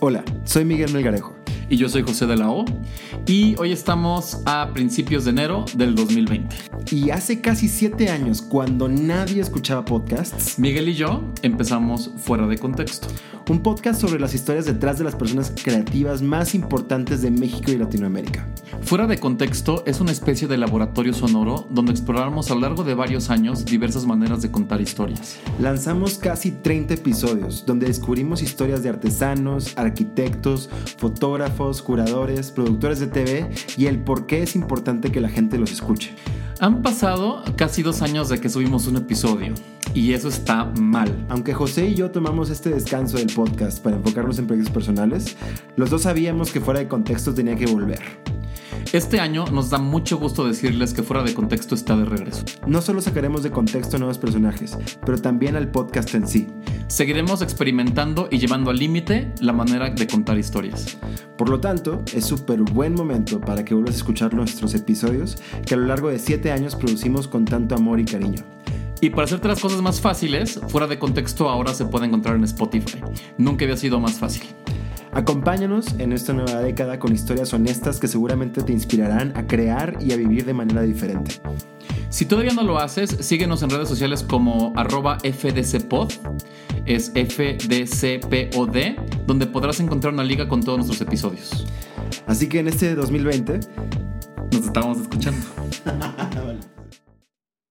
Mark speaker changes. Speaker 1: Hola, soy Miguel Melgarejo.
Speaker 2: Y yo soy José de la O. Y hoy estamos a principios de enero del 2020.
Speaker 1: Y hace casi siete años, cuando nadie escuchaba podcasts,
Speaker 2: Miguel y yo empezamos Fuera de Contexto.
Speaker 1: un podcast sobre las historias detrás de las personas creativas más importantes de México y Latinoamérica.
Speaker 2: Fuera de Contexto es una especie de laboratorio sonoro donde exploramos a lo largo de varios años diversas maneras de contar historias.
Speaker 1: Lanzamos casi 30 episodios donde descubrimos historias de artesanos, arquitectos, fotógrafos, curadores, productores de TV y el por qué es importante que la gente los escuche.
Speaker 2: Han pasado casi dos años de que subimos un episodio y eso está mal.
Speaker 1: Aunque José y yo tomamos este descanso del podcast para enfocarnos en proyectos personales, los dos sabíamos que fuera de contexto tenía que volver.
Speaker 2: Este año nos da mucho gusto decirles que Fuera de Contexto está de regreso.
Speaker 1: No solo sacaremos de contexto nuevos personajes, pero también al podcast en sí.
Speaker 2: Seguiremos experimentando y llevando al límite la manera de contar historias.
Speaker 1: Por lo tanto, es súper buen momento para que vuelvas a escuchar nuestros episodios que a lo largo de 7 años producimos con tanto amor y cariño.
Speaker 2: Y para hacerte las cosas más fáciles, Fuera de Contexto ahora se puede encontrar en Spotify. Nunca había sido más fácil.
Speaker 1: Acompáñanos en esta nueva década con historias honestas que seguramente te inspirarán a crear y a vivir de manera diferente.
Speaker 2: Si todavía no lo haces, síguenos en redes sociales como arroba fdcpod, es fdcpod, donde podrás encontrar una liga con todos nuestros episodios.
Speaker 1: Así que en este 2020,
Speaker 2: Nos estamos escuchando.